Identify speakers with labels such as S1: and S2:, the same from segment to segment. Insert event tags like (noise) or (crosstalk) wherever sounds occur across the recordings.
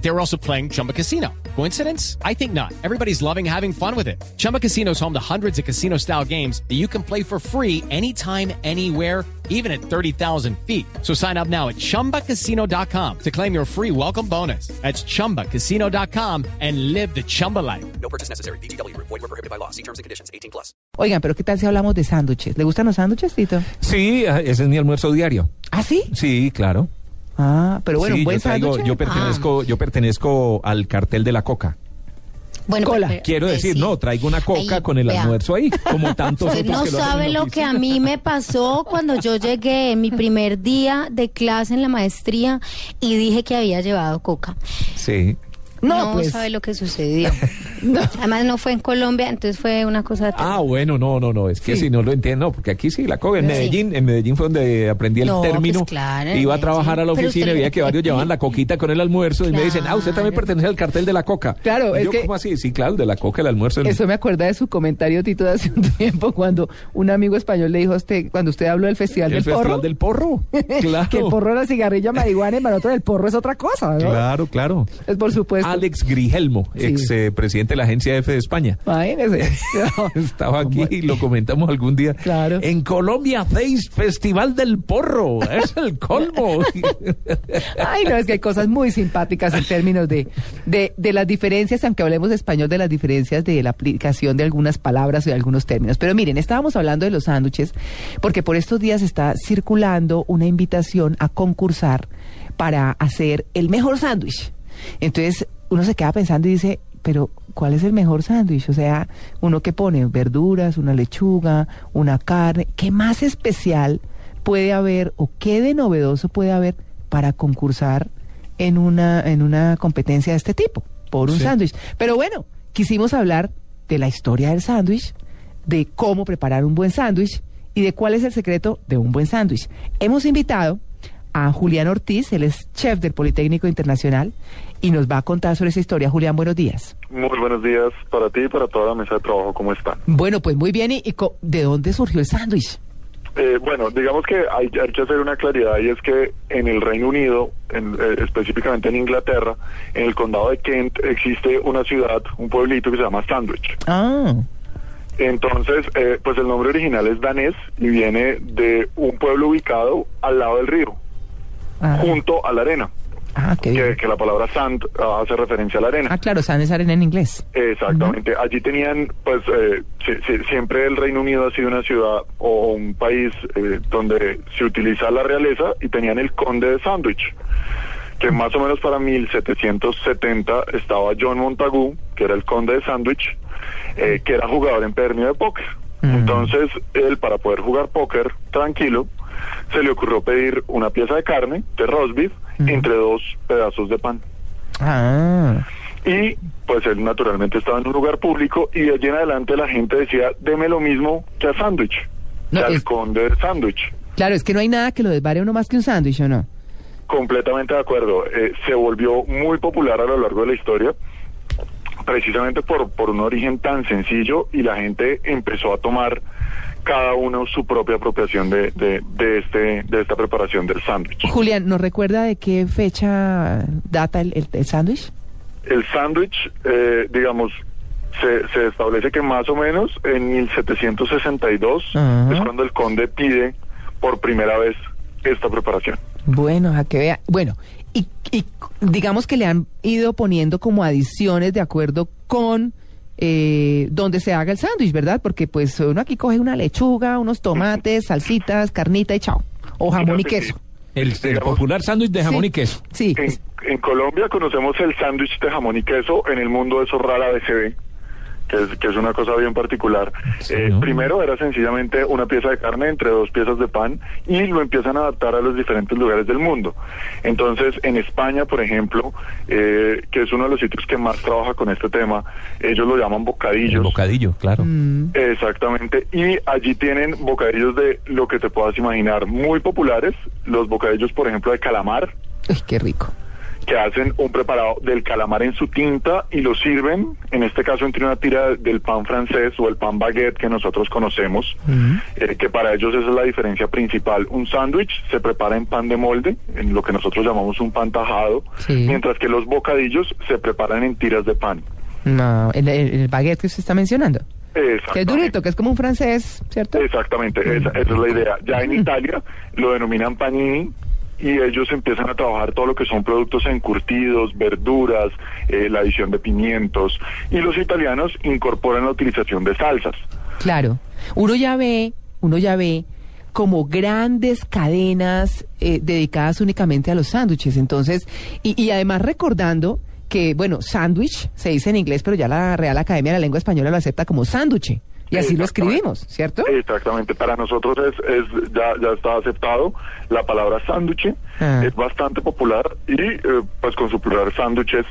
S1: They were also playing Chumba Casino. Coincidence? I think not. Everybody's loving having fun with it. Chumba Casino is home to hundreds of casino style games that you can play for free anytime, anywhere even at 30,000 feet. So sign up now at ChumbaCasino.com to claim your free welcome bonus. That's ChumbaCasino.com and live the Chumba life.
S2: No purchase necessary. BGW. Void were prohibited by law. See terms and conditions. 18 plus.
S3: Oigan, pero ¿qué tal si hablamos de sándwiches? ¿Le gustan los sándwiches, Tito?
S4: Sí, ah, ese es mi almuerzo diario.
S3: ¿Ah, sí?
S4: Sí, claro.
S3: Ah, pero bueno,
S4: Sí,
S3: un buen
S4: yo, traigo-
S3: sándwich.
S4: yo
S5: Ah.
S4: pertenezco, yo pertenezco al cartel de la coca.
S5: Bueno,
S3: Cola.
S5: pero-
S4: Quiero
S5: eh,
S4: decir,
S5: sí.
S4: no, traigo una coca
S5: Ahí,
S4: con el
S5: vea.
S4: almuerzo ahí, como tantos
S5: Usted
S4: otros
S5: no
S4: que lo hacen
S5: sabe
S4: en la
S5: lo que
S4: oficina.
S5: a mí me pasó cuando yo llegué en mi primer día de clase en la maestría y dije que había llevado coca.
S4: Sí.
S3: No,
S5: No,
S3: pues.
S5: sabe lo
S3: (laughs)
S5: que sucedió. Además no fue en Colombia, entonces fue una cosa
S4: Ah, bueno, no, no, no, es que
S3: Sí.
S4: si no lo entiendo, porque aquí sí, la coca. En
S5: Sí.
S4: Medellín, en Medellín fue donde aprendí el
S5: No, pues
S4: término.
S5: claro, en
S4: Iba a trabajar a la
S5: Medellín. Pero
S4: oficina y
S5: usted-
S4: veía que varios llevaban la coquita con el almuerzo y me dicen, ah, usted también
S5: Claro.
S4: pertenece al cartel de la coca.
S3: Claro,
S4: Y
S3: es
S4: yo,
S3: que-
S4: ¿Cómo así? Sí, claro, de la coca, el almuerzo. el-
S3: Eso me acuerda de su comentario, Tito, de hace un (laughs) tiempo, cuando un amigo español le dijo a usted, cuando usted habló del Festival,
S4: el
S3: del,
S4: festival
S3: porro,
S4: del porro. Claro.
S3: (laughs) que el porro era cigarrillo, marihuana, y para nosotros el porro es otra cosa, ¿no?
S4: Claro, claro.
S3: Pues, por supuesto.
S4: Alex Grigelmo,
S3: Sí.
S4: ex eh, presidente de la agencia F
S3: (laughs)
S4: de España.
S3: Imagínese.
S4: (laughs) Estaba aquí y lo comentamos algún día.
S3: Claro.
S4: En Colombia hacéis Festival del
S3: (laughs)
S4: Porro. Es el colmo.
S3: Ay, no, es que hay cosas muy simpáticas en términos de, de, de las diferencias, aunque hablemos español, de las diferencias de la aplicación de algunas palabras o de algunos términos. Pero miren, estábamos hablando de los sándwiches, porque por estos días está circulando una invitación a concursar para hacer el mejor sándwich. Entonces, uno se queda pensando y dice, pero ¿cuál es el mejor sándwich? O sea, uno que pone verduras, una lechuga, una carne, ¿qué más especial puede haber o qué de novedoso puede haber para concursar en una, en una competencia de este tipo, por un
S4: Sí.
S3: sándwich? Pero bueno, quisimos hablar de la historia del sándwich, de cómo preparar un buen sándwich y de cuál es el secreto de un buen sándwich. Hemos invitado a Julián Ortiz, él es chef del Politécnico Internacional y nos va a contar sobre esa historia. Julián, buenos días.
S6: Muy buenos días para ti y para toda la mesa de trabajo. ¿Cómo están?
S3: Bueno, pues muy bien. ¿Y, y co- de dónde surgió el sándwich?
S6: Eh, bueno, digamos que hay, hay que hacer una claridad y es que en el Reino Unido, en, eh, específicamente en Inglaterra, en el condado de Kent existe una ciudad, un pueblito que se llama Sandwich.
S3: Ah,
S6: Entonces, eh, pues el nombre original es danés y viene de un pueblo ubicado al lado del río,
S3: ah,
S6: junto a la arena,
S3: ah, qué bien.
S6: que, que la palabra sand ah, hace referencia a la arena.
S3: Ah, claro, sand es arena en inglés.
S6: Exactamente. Allí tenían, pues, eh, sí, sí, siempre el Reino Unido ha sido una ciudad o un país eh, donde se utiliza la realeza y tenían el conde de Sandwich, que más o menos para 1770 estaba John Montagu, que era el conde de Sandwich, eh, que era jugador empedernido de póker. Entonces, él, para poder jugar póker tranquilo, se le ocurrió pedir una pieza de carne, de roast beef, entre dos pedazos de pan
S3: Ah,
S6: y pues él naturalmente estaba en un lugar público y de allí en adelante la gente decía, deme lo mismo que a sándwich,
S3: No,
S6: que al
S3: es-
S6: conde de sándwich.
S3: claro, es que no hay nada que lo desvare uno más que un sándwich, ¿o no?
S6: Completamente de acuerdo. Eh, se volvió muy popular a lo largo de la historia, precisamente por, por un origen tan sencillo y la gente empezó a tomar cada uno su propia apropiación de, de, de este, de esta preparación del sándwich.
S3: Julián, ¿nos recuerda de qué fecha data el, el- el sándwich?
S6: El sándwich, eh, digamos, se, se establece que más o menos en 1762
S3: Ajá.
S6: es cuando el conde pide por primera vez esta preparación.
S3: Bueno, a que vea. Bueno, y, y digamos que le han ido poniendo como adiciones de acuerdo con eh, donde se haga el sándwich, ¿verdad? Porque pues uno aquí coge una lechuga, unos tomates, salsitas, carnita y chao. O jamón y
S6: Claro que sí.
S3: queso.
S4: (laughs) El, el popular sándwich de jamón
S3: Sí.
S4: y queso.
S3: Sí.
S6: En, en Colombia conocemos el sándwich de jamón y queso, en el mundo eso rara vez se ve, que es, que es una cosa bien particular.
S4: Sí,
S6: Eh,
S4: ¿no?
S6: Primero era sencillamente una pieza de carne entre dos piezas de pan y lo empiezan a adaptar a los diferentes lugares del mundo. Entonces, en España, por ejemplo, eh, que es uno de los sitios que más trabaja con este tema, ellos lo llaman
S4: El
S6: bocadillos.
S4: bocadillo, claro.
S3: Mm.
S6: Exactamente, y allí tienen bocadillos de lo que te puedas imaginar, muy populares, los bocadillos, por ejemplo, de calamar,
S3: Uy, qué rico.
S6: que hacen un preparado del calamar en su tinta y lo sirven, en este caso entre una tira del pan francés o el pan baguette que nosotros conocemos, eh, que para ellos esa es la diferencia principal. Un sándwich se prepara en pan de molde, en lo que nosotros llamamos un pan tajado,
S3: Sí.
S6: mientras que los bocadillos se preparan en tiras de pan.
S3: No, el, el- el baguette que usted está mencionando. Que es
S6: Exactamente.
S3: durito, que es como un francés, ¿cierto?
S6: Exactamente, esa, esa es la idea. Ya en Italia lo denominan panini y ellos empiezan a trabajar todo lo que son productos encurtidos, verduras, eh, la adición de pimientos y los italianos incorporan la utilización de salsas.
S3: Claro. Uno ya ve, uno ya ve como grandes cadenas eh, dedicadas únicamente a los sándwiches. Entonces, y, y además recordando que, bueno, sándwich se dice en inglés, pero ya la Real Academia de la Lengua Española lo acepta como sándwich. Y así lo
S6: Exactamente. Eh,
S3: escribimos, ¿cierto?
S6: Exactamente, para nosotros es, es- ya, ya está aceptado la palabra sándwich,
S3: Ah.
S6: es bastante popular y eh, pues con su plural sándwiches,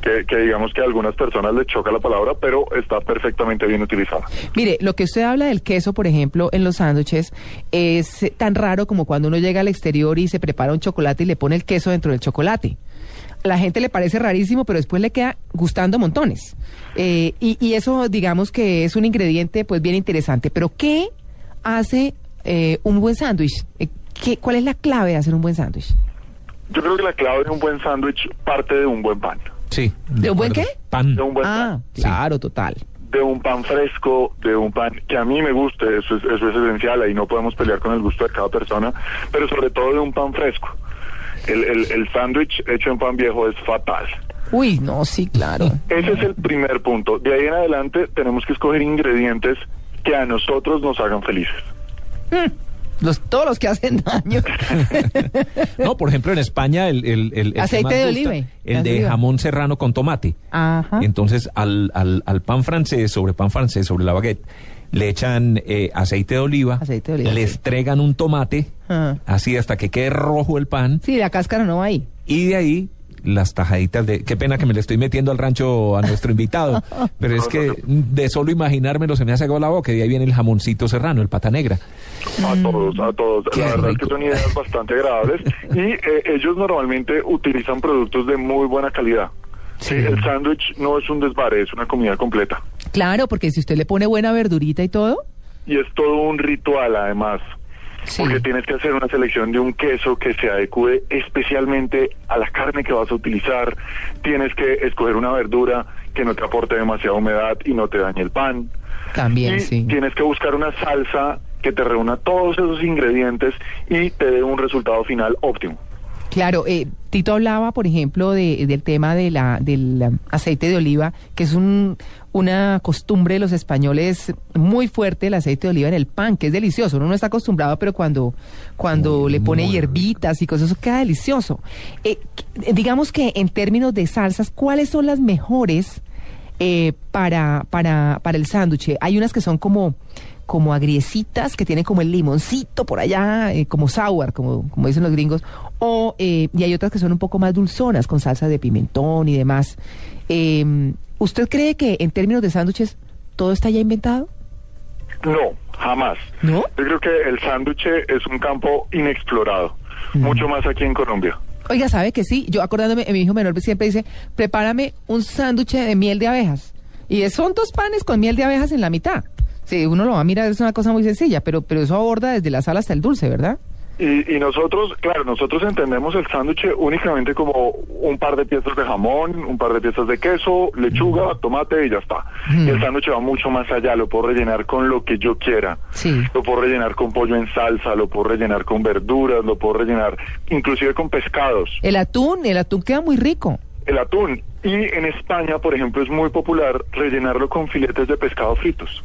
S6: que, que digamos que a algunas personas les choca la palabra, pero está perfectamente bien utilizada.
S3: Mire, lo que usted habla del queso, por ejemplo, en los sándwiches, es eh, tan raro como cuando uno llega al exterior y se prepara un chocolate y le pone el queso dentro del chocolate. A la gente le parece rarísimo, pero después le queda gustando montones. Eh, y, y eso, digamos que es un ingrediente, pues, bien interesante. Pero, ¿qué hace eh, un buen sándwich? Eh, ¿qué- ¿Cuál es la clave de hacer un buen sándwich?
S6: Yo creo que la clave de un buen sándwich parte de un buen pan.
S4: Sí.
S3: ¿De un buen qué?
S4: acuerdo. Pan.
S6: De un buen
S3: Ah,
S6: pan.
S3: claro, total.
S6: De un pan fresco, de un pan que a mí me guste, eso es, eso es esencial, ahí no podemos pelear con el gusto de cada persona, pero sobre todo de un pan fresco. El, el, el sándwich hecho en pan viejo es fatal.
S3: Uy, no, sí, claro.
S6: Ese es el primer punto. De ahí en adelante tenemos que escoger ingredientes que a nosotros nos hagan felices.
S3: Los, todos los que hacen daño.
S4: No, por ejemplo, en España el... el, el- el que
S3: Aceite
S4: más
S3: de
S4: gusta,
S3: oliva.
S4: El de
S3: Oliva.
S4: jamón serrano con tomate.
S3: Ajá.
S4: Entonces, al, al, al pan francés, sobre pan francés, sobre la baguette, le echan eh, aceite de oliva,
S3: Aceite de oliva,
S4: le
S3: sí.
S4: estregan un tomate,
S3: Ah.
S4: así hasta que quede rojo el pan,
S3: Sí, la cáscara no va ahí.
S4: y de ahí las tajaditas de... Qué pena que me le estoy metiendo al rancho a
S3: (laughs)
S4: nuestro invitado, pero es que de solo imaginármelo se me hace agua la boca, y de ahí viene el jamoncito serrano, el pata negra.
S6: A todos, a todos.
S4: Qué
S6: la verdad es que
S4: rico.
S6: son ideas bastante agradables y eh, ellos normalmente utilizan productos de muy buena calidad. Sí, el sándwich no es un desvare, es una comida completa.
S3: Claro, porque si usted le pone buena verdurita y todo.
S6: y es todo un ritual además.
S3: Sí.
S6: Porque tienes que hacer una selección de un queso que se adecue especialmente a la carne que vas a utilizar. Tienes que escoger una verdura que no te aporte demasiada humedad y no te dañe el pan.
S3: También,
S6: y
S3: sí.
S6: tienes que buscar una salsa que te reúna todos esos ingredientes y te dé un resultado final óptimo.
S3: Claro, eh, Tito hablaba, por ejemplo, de- del tema de la, del um, aceite de oliva, que es un, una costumbre de los españoles muy fuerte, el aceite de oliva en el pan, que es delicioso. Uno no está acostumbrado, pero cuando, cuando le pone hierbitas y cosas, eso queda delicioso. Eh, qu- digamos que en términos de salsas, ¿cuáles son las mejores eh, para, para, para el sándwich? Hay unas que son como como agriecitas que tienen como el limoncito por allá, eh, como sour, como, como dicen los gringos, o eh, y hay otras que son un poco más dulzonas, con salsa de pimentón y demás. Eh, ¿Usted cree que en términos de sándwiches todo está ya inventado?
S6: No, jamás.
S3: ¿No?
S6: Yo creo que el sándwich es un campo inexplorado,
S3: Mm.
S6: mucho más aquí en Colombia.
S3: Oiga, ¿sabe que sí? Yo acordándome, eh, mi hijo menor siempre dice, prepárame un sándwich de miel de abejas. Y es- son dos panes con miel de abejas en la mitad. Si uno lo va a mirar, es una cosa muy sencilla, pero, pero eso aborda desde la sal hasta el dulce, ¿verdad?
S6: Y, y nosotros, claro, nosotros entendemos el sándwich únicamente como un par de piezas de jamón, un par de piezas de queso, lechuga, tomate y ya está. Y el sándwich va mucho más allá, lo puedo rellenar con lo que yo quiera.
S3: Sí.
S6: Lo puedo rellenar con pollo en salsa, lo puedo rellenar con verduras, lo puedo rellenar inclusive con pescados
S3: El atún, el atún queda muy rico.
S6: el atún. Y en España, por ejemplo, es muy popular rellenarlo con filetes de pescado fritos.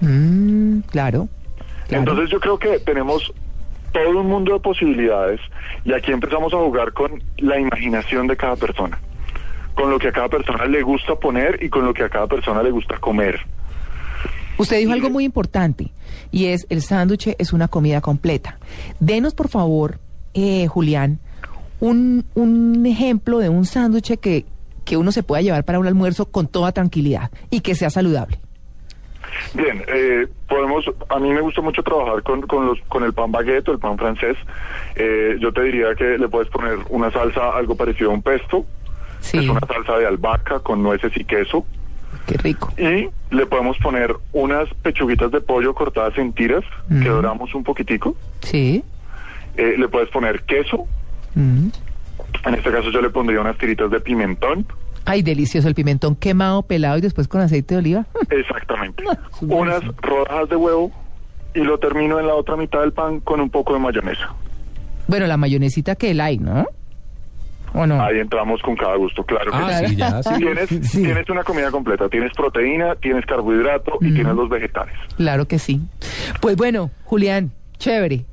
S3: Mm, claro. claro.
S6: Entonces yo creo que tenemos todo un mundo de posibilidades y aquí empezamos a jugar con la imaginación de cada persona, con lo que a cada persona le gusta poner y con lo que a cada persona le gusta comer.
S3: Usted dijo algo muy importante y es el sándwich es una comida completa. Denos por favor, eh, Julián, un, un ejemplo de un sándwich que, que uno se pueda llevar para un almuerzo con toda tranquilidad y que sea saludable.
S6: Bien, eh, podemos, a mí me gusta mucho trabajar con, con, los, con el pan baguette, el pan francés. Eh, yo te diría que le puedes poner una salsa algo parecido a un pesto,
S3: Sí,
S6: es una salsa de albahaca con nueces y queso.
S3: qué rico.
S6: Y le podemos poner unas pechuguitas de pollo cortadas en tiras, que
S3: Ujú.
S6: doramos un poquitico.
S3: Sí.
S6: Eh, le puedes poner queso,
S3: Mm.
S6: en este caso yo le pondría unas tiritas de pimentón.
S3: Ay, delicioso el pimentón quemado, pelado y después con aceite de oliva. (laughs)
S6: Exactamente.
S3: es un
S6: Unas
S3: delicia.
S6: rodajas de huevo y lo termino en la otra mitad del pan con un poco de mayonesa.
S3: Bueno, la mayonesita que él hay, ¿no? ¿O no?
S6: Ahí entramos con cada gusto, claro que
S4: Ah,
S6: sí.
S4: sí, ya. sí.
S6: Tienes,
S3: Sí.
S6: tienes una comida completa, tienes proteína, tienes carbohidrato
S4: Mm.
S6: y tienes los vegetales.
S3: Claro que sí. Pues bueno, Julián, chévere.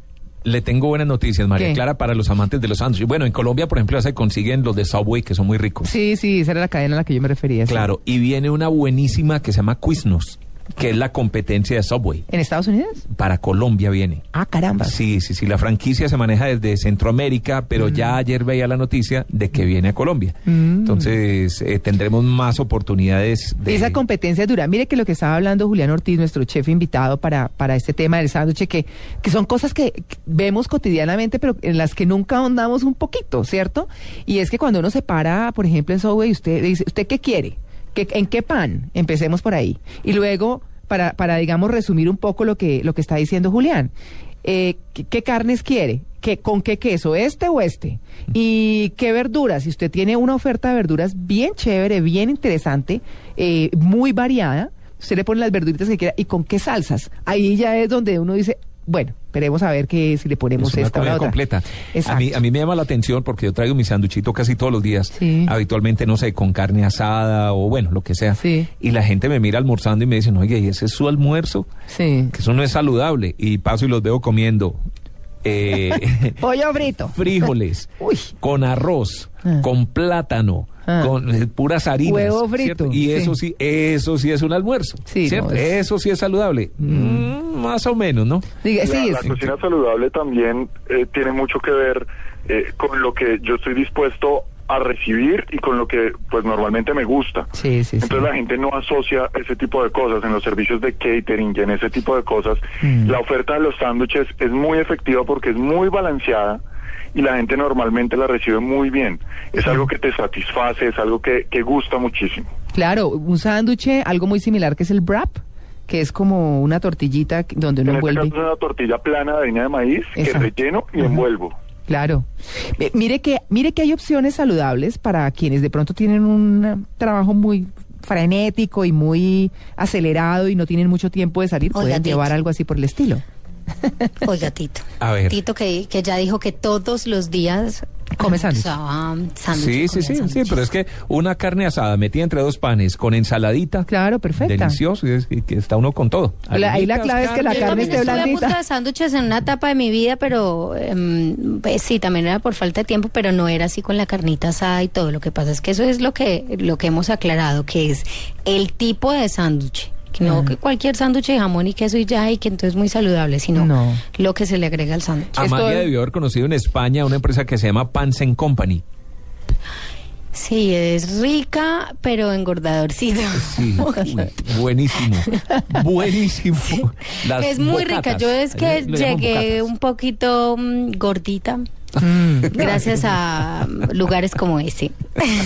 S4: Le tengo buenas noticias, María
S3: ¿Qué?
S4: Clara, para los amantes de los sándwiches. Bueno, en Colombia, por ejemplo, ya se consiguen los de Subway, que son muy ricos.
S3: Sí, sí, esa era la cadena a la que yo me refería. sí.
S4: Claro, y viene una buenísima que se llama Quiznos, que es la competencia de Subway.
S3: ¿En Estados Unidos?
S4: Para Colombia viene.
S3: Ah, caramba.
S4: Sí, sí, sí, la franquicia se maneja desde Centroamérica, pero
S3: Mm.
S4: ya ayer veía la noticia de que viene a Colombia. Entonces, eh, tendremos más oportunidades de...
S3: Esa competencia es dura. Mire que lo que estaba hablando Julián Ortiz, nuestro chef invitado para, para este tema del sándwich, que, que son cosas que que vemos cotidianamente, pero en las que nunca ahondamos un poquito, ¿cierto? Y es que cuando uno se para, por ejemplo, en Subway, y usted dice, ¿usted qué quiere? ¿Qué, ¿En qué pan? Empecemos por ahí. Y luego, para, para digamos, resumir un poco lo que, lo que está diciendo Julián, eh, ¿qué, qué carnes quiere? ¿Qué, ¿Con qué queso? ¿Este o este? ¿Y qué verduras? Si usted tiene una oferta de verduras bien chévere, bien interesante, eh, muy variada, usted le pone las verduritas que quiera y con qué salsas. Ahí ya es donde uno dice, bueno, esperemos a ver qué si le ponemos
S4: Es una
S3: esta o la
S4: comida
S3: otra.
S4: completa.
S3: Exacto.
S4: A mí, a mí me llama la atención porque yo traigo mi sanduchito casi todos los días.
S3: Sí.
S4: Habitualmente, no sé, con carne asada o bueno, lo que sea.
S3: Sí.
S4: Y la gente me mira almorzando y me dicen, oye, ¿y ese es su almuerzo?
S3: Sí.
S4: Que eso no es saludable. Y paso y los veo comiendo eh, (laughs)
S3: Pollo frito.
S4: frijoles,
S3: Uy.
S4: con arroz,
S3: Ah.
S4: con plátano,
S3: Ah.
S4: con eh, puras harinas.
S3: Huevo
S4: ¿cierto?
S3: frito,
S4: Y
S3: sí.
S4: eso sí, eso sí es un almuerzo.
S3: Sí,
S4: ¿cierto?
S3: no, es-
S4: Eso sí es saludable. Mm, más o menos, ¿no?
S3: Diga,
S6: La-
S3: Eh, sí,
S6: la,
S3: es-
S6: cocina saludable también eh, tiene mucho que ver eh, con lo que yo estoy dispuesto a recibir y con lo que pues normalmente me gusta.
S3: Sí, sí, sí.
S6: Entonces la gente no asocia ese tipo de cosas en los servicios de catering y en ese tipo de cosas.
S3: Mm.
S6: La oferta de los sándwiches es muy efectiva porque es muy balanceada y la gente normalmente la recibe muy bien. Es algo que te satisface, es algo que, que gusta muchísimo.
S3: Claro, un sándwich, algo muy similar que es el wrap, que es como una tortillita que- donde uno
S6: en este
S3: envuelve.
S6: caso es una tortilla plana de harina de maíz
S3: Exacto.
S6: que relleno y
S3: Ajá.
S6: envuelvo.
S3: Claro. Eh, Mire que, mire que hay opciones saludables para quienes de pronto tienen un eh, trabajo muy frenético y muy acelerado y no tienen mucho tiempo de salir,
S5: Oiga,
S3: pueden
S5: Tito.
S3: llevar algo así por el estilo.
S5: Oiga, Tito.
S4: A ver.
S5: Tito que, que ya dijo que todos los días
S3: Come sándwich.
S5: almorzaba
S4: Sí, sí,
S5: sándwich, comía
S4: sí, sí,
S5: sándwiches.
S4: pero es que una carne asada metida entre dos panes con ensaladita.
S3: Claro, perfecta.
S4: Delicioso, y, es- y que está uno con todo.
S3: La- ahí la clave es que la
S5: Yo
S3: carne
S5: también
S3: esté
S5: estuve a
S3: blandita.
S5: punto de sándwiches en una etapa de mi vida, pero em, pues sí, también era por falta de tiempo, pero no era así con la carnita asada y todo. Lo que pasa es que eso es lo que, lo que hemos aclarado, que es el tipo de sándwich. Que
S3: Mm.
S5: no que cualquier sándwich de jamón y queso y ya, y que entonces es muy saludable, sino
S3: No.
S5: lo que se le agrega al sándwich.
S3: Es
S4: Amalia
S3: todo-
S4: debió haber conocido en España una empresa que se llama Pansen Company.
S5: Sí, es rica, pero engordadorcita. (laughs)
S4: Sí, uy, buenísimo, buenísimo. Las
S5: es muy rica.
S4: bocatas,
S5: Yo es que
S4: le- le llaman
S5: llegué
S4: bocatas.
S5: un poquito mm,
S4: (laughs)
S5: gordita. Gracias a mm, lugares como ese.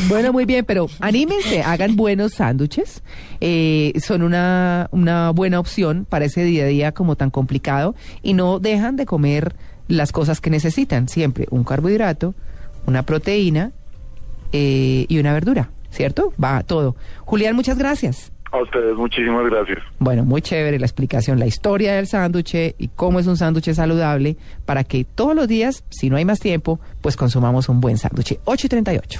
S3: Bueno, muy bien, pero anímense, hagan buenos sándwiches. Eh, son una, una buena opción para ese día a día como tan complicado y no dejan de comer las cosas que necesitan. Siempre un carbohidrato, una proteína eh, y una verdura, ¿cierto? Va todo. Julián, muchas gracias.
S6: A ustedes muchísimas gracias.
S3: Bueno, muy chévere la explicación, la historia del sándwich y cómo es un sándwich saludable para que todos los días, si no hay más tiempo, pues consumamos un buen sándwich. 8 y 38.